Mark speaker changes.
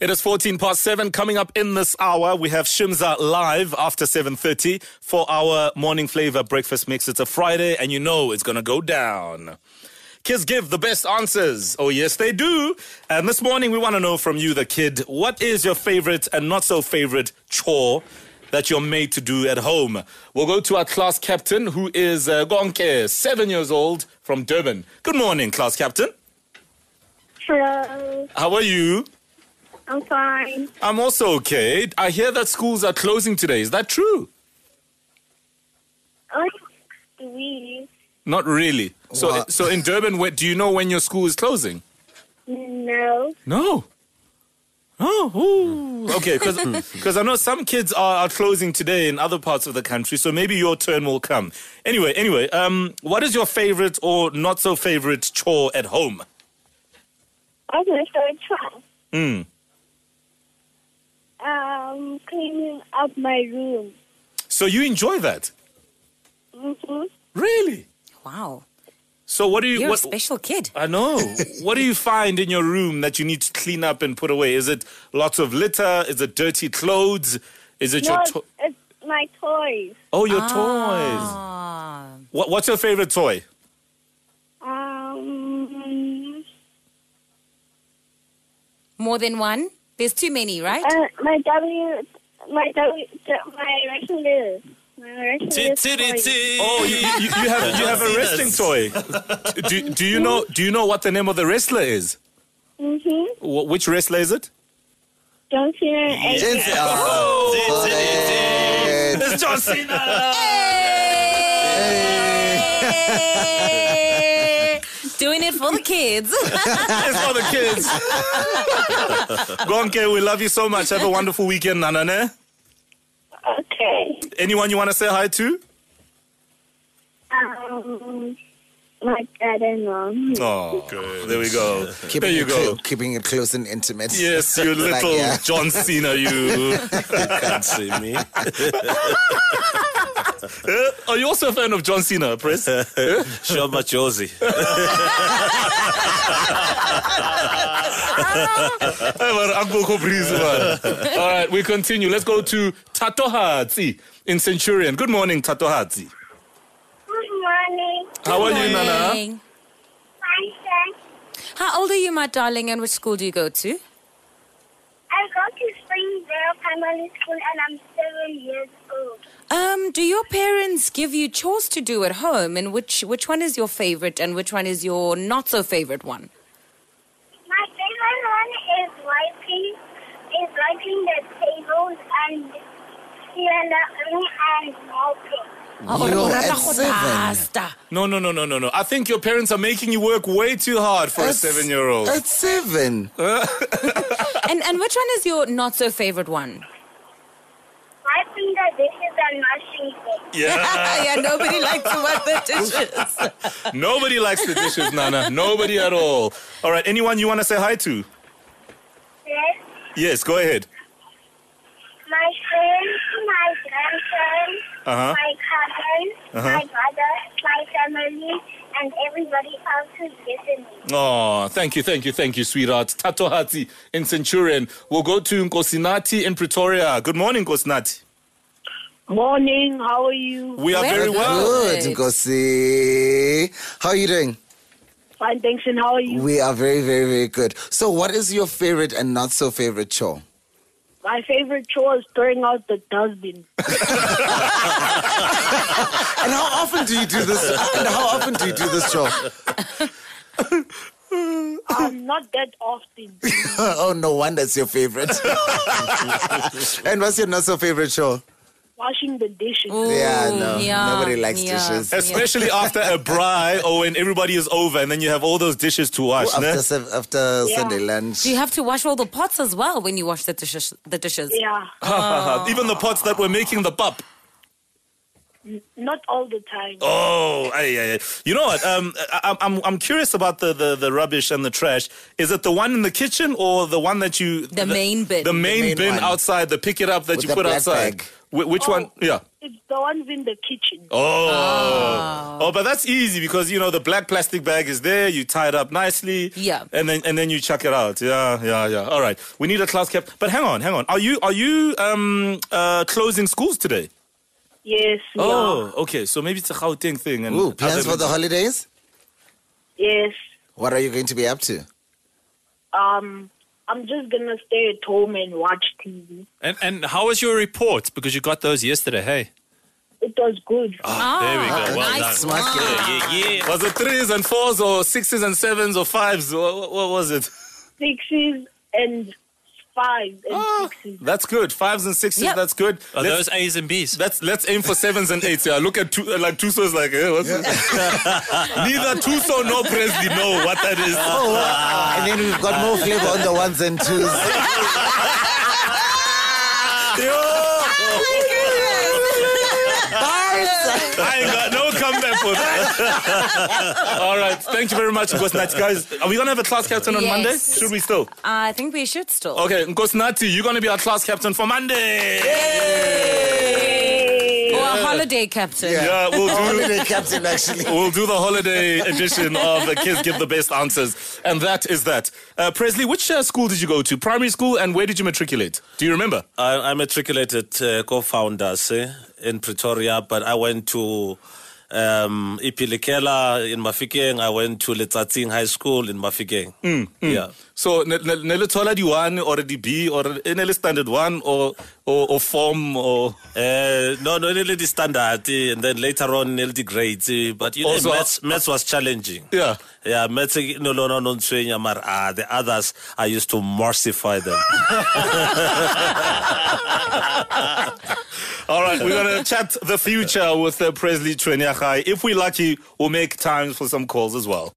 Speaker 1: It is 14 past 7. Coming up in this hour, we have Shimza live after 7.30 for our morning flavor breakfast mix. It's a Friday and you know it's going to go down. Kids give the best answers. Oh, yes, they do. And this morning, we want to know from you, the kid, what is your favorite and not so favorite chore that you're made to do at home? We'll go to our class captain, who is uh, Gonke, seven years old from Durban. Good morning, class captain.
Speaker 2: Hello,
Speaker 1: How are you?
Speaker 2: I'm fine.
Speaker 1: I'm also okay. I hear that schools are closing today. Is that true?
Speaker 2: What do we?
Speaker 1: Not really. So,
Speaker 3: Wha-
Speaker 1: so in Durban, wh- do you know when your school is closing?
Speaker 2: No.
Speaker 1: No. Oh, ooh. okay, because I know some kids are, are closing today in other parts of the country, so maybe your turn will come. Anyway, anyway, um, what is your favorite or not so favorite chore at home?
Speaker 2: I'm going to
Speaker 1: Hmm.
Speaker 2: Um, cleaning up my room.
Speaker 1: So you enjoy that,
Speaker 2: Mm-hmm.
Speaker 1: really?
Speaker 4: Wow.
Speaker 1: So what do you?
Speaker 4: You're
Speaker 1: what,
Speaker 4: a special kid.
Speaker 1: I know. what do you find in your room that you need to clean up and put away? Is it lots of litter? Is it dirty clothes? Is it
Speaker 2: No,
Speaker 1: your
Speaker 2: it's,
Speaker 1: to-
Speaker 2: it's my toys.
Speaker 1: oh your toys?
Speaker 4: Ah.
Speaker 1: What, what's your favorite toy?
Speaker 2: Um,
Speaker 4: More than one? There's too many, right?
Speaker 2: uh, my W, my W, my wrestling list. My wrestling list. toys.
Speaker 1: Oh, you, you, you have you have a wrestling toy. Do, do you know do you know what the name of the wrestler is?
Speaker 2: Mm-hmm.
Speaker 1: Wh- Which wrestler is it?
Speaker 2: John Cena and Adrian.
Speaker 3: Jensen. Oh, yes.
Speaker 1: It's John Cena.
Speaker 4: Hey! Doing it for the kids.
Speaker 1: It's for the kids. Gonke, we love you so much. Have a wonderful weekend, Nanane.
Speaker 2: Okay.
Speaker 1: Anyone you want to say hi to?
Speaker 2: Um, my dad and mom.
Speaker 1: Oh, there we go.
Speaker 3: Keeping
Speaker 1: there you
Speaker 3: it
Speaker 1: go.
Speaker 3: clo- keeping it close and intimate.
Speaker 1: Yes, you
Speaker 3: Like,
Speaker 1: little
Speaker 3: yeah.
Speaker 1: John Cena, you.
Speaker 5: Can't see me.
Speaker 1: Uh, Are you also a fan of John Cena, Press?
Speaker 5: Show my Josie.
Speaker 1: All right, we continue. Let's go to Tatohatsi in Centurion. Good morning, Tatohatsi.
Speaker 2: Good morning.
Speaker 1: How are you, Nana?
Speaker 4: Morning.
Speaker 2: Hi, sir.
Speaker 4: How old are you, my darling, and which school do you go to?
Speaker 2: I go to Springvale Primary School and I'm seven years old.
Speaker 4: Um, do your parents give you chores to do at home, and which which one is your favorite, and which one is your not so favorite one?
Speaker 2: My favorite one is wiping, is wiping the tables and and mopping.
Speaker 3: Yo, at seven.
Speaker 1: No, no, no, no, no, no. I think your parents are making you work way too hard for a
Speaker 3: That's-
Speaker 1: seven-year-old.
Speaker 3: At seven.
Speaker 4: And and which one is your not so favorite one?
Speaker 2: Wiping the dishes and washing them.
Speaker 1: Yeah.
Speaker 4: yeah, nobody likes to wipe the dishes.
Speaker 1: Nobody likes the dishes, Nana. Nobody at all. All right, anyone you want to say hi to?
Speaker 2: Yes,
Speaker 1: Yes, go ahead.
Speaker 2: my friends, my grandparents,
Speaker 1: Uh-huh.
Speaker 2: my cousins,
Speaker 1: Uh-huh.
Speaker 2: my brother, my family, and everybody else who's listening.
Speaker 1: Oh, thank you, thank you, thank you, sweetheart. Tatohatsi in Centurion. We'll go to Nkosinati in Pretoria. Good morning, Nkosinati.
Speaker 6: Morning, how are you?
Speaker 1: We are
Speaker 4: Well
Speaker 1: very well.
Speaker 3: Good, Nkosi. How are you doing?
Speaker 6: Fine, thanks, and how are you?
Speaker 3: We are very, very, very good. So, what is your favorite and not so favorite chore?
Speaker 6: My favorite chore is throwing out the dustbin.
Speaker 3: And how often do you do this? And how often do you do this chore?
Speaker 6: I'm not that often.
Speaker 3: oh, no wonder it's your favorite. and what's your not so favorite chore?
Speaker 6: Washing the dishes.
Speaker 1: Oh.
Speaker 3: Yeah,
Speaker 4: Ooh,
Speaker 3: no,
Speaker 4: Mm, yeah,
Speaker 3: nobody likes
Speaker 4: yeah.
Speaker 3: dishes.
Speaker 1: Especially after a braai or when everybody is over and then you have all those dishes to wash.
Speaker 3: After,
Speaker 1: ne?
Speaker 3: sev- after Sunday lunch.
Speaker 4: Do you have to wash all the pots as well when you wash the dishes? The dishes.
Speaker 6: Yeah.
Speaker 1: Even the pots that were making the pap.
Speaker 6: N- Not all the time.
Speaker 1: Oh, ay, ay, ay. you know what? Um, I, I'm I'm curious about the, the the rubbish and the trash. Is it the one in the kitchen or the one that you
Speaker 4: The main bin.
Speaker 1: the main,
Speaker 3: The main
Speaker 1: bin
Speaker 3: one.
Speaker 1: outside, the pick it up that
Speaker 3: With
Speaker 1: you
Speaker 3: the
Speaker 1: put
Speaker 3: black
Speaker 1: outside?
Speaker 3: bag. Oh.
Speaker 1: Wh- which one? Yeah.
Speaker 6: It's the ones in the kitchen.
Speaker 1: Oh. oh, but that's easy because you know the black plastic bag is there. You tie it up nicely.
Speaker 4: Yeah.
Speaker 1: and then and then you chuck it out. Yeah, yeah, yeah. All right, we need a class cap. But hang on, hang on. Are you are you um uh closing schools today?
Speaker 6: Yes. we are.
Speaker 1: Oh, okay. So maybe it's a Gauteng thing. And
Speaker 3: Ooh, plans
Speaker 1: other-
Speaker 3: for the holidays?
Speaker 6: Yes.
Speaker 3: What are you going to be up to?
Speaker 6: Um, I'm just gonna stay at home and watch TV.
Speaker 5: And, and how was your report? Because you got those yesterday, hey?
Speaker 6: It was good.
Speaker 4: Ah,
Speaker 5: there we go. Well
Speaker 4: nice
Speaker 5: done.
Speaker 3: Smart girl.
Speaker 5: Yeah, yeah, yeah.
Speaker 1: Was it threes and fours or sixes and sevens or fives? What, what was it?
Speaker 6: Sixes and fives and
Speaker 1: Ah,
Speaker 6: sixes.
Speaker 1: that's good. Fives and sixes.
Speaker 4: Yep.
Speaker 1: That's good.
Speaker 5: Are
Speaker 1: Let's-
Speaker 5: those A's and B's?
Speaker 1: Let's let's aim for sevens and eights. Yeah, look at two, like two so's like eh, what's neither two so nor Presley know what that is.
Speaker 3: Oh, wow. and then we've got more flavor on the ones and twos.
Speaker 1: Yo,
Speaker 3: Bars.
Speaker 1: I ain't got no comeback for that. All right, thank you very much, Ngosnati. Guys, are we gonna have a class captain on
Speaker 4: Yes.
Speaker 1: Monday? Should we still?
Speaker 4: Uh, I think we should still.
Speaker 5: Oh,
Speaker 1: Okay, Ngosnati, you're gonna be our class captain for Monday.
Speaker 4: Or a holiday captain.
Speaker 1: Yeah, we'll do.
Speaker 3: Holiday captain, actually.
Speaker 1: We'll do the holiday edition of the Kids Give the Best Answers. And that is that. Uh, Presley, which uh, school did you go to? Primary school, and where did you matriculate? Do you remember?
Speaker 5: I, I matriculated uh, co-founders eh, in Pretoria, but I went to um, Ipilikela in Mafikeng. I went to Letsatsing High School in Mafikeng. Yeah.
Speaker 1: So ne- ne- ne le thola di one or di B or e ne le standard one or or, or form or
Speaker 5: Uh, no, no, nearly the standard, eh, and then later on nearly the grades. eh, But you know,
Speaker 1: Also-
Speaker 5: maths, maths was challenging.
Speaker 1: yeah.
Speaker 5: Yeah, maths eh, no, no, no, no, no, but ah, the others I used to mortify them.
Speaker 1: All right, we're gonna chat the future with uh, Presley Treniachai. If we're lucky, we'll make time for some calls as well.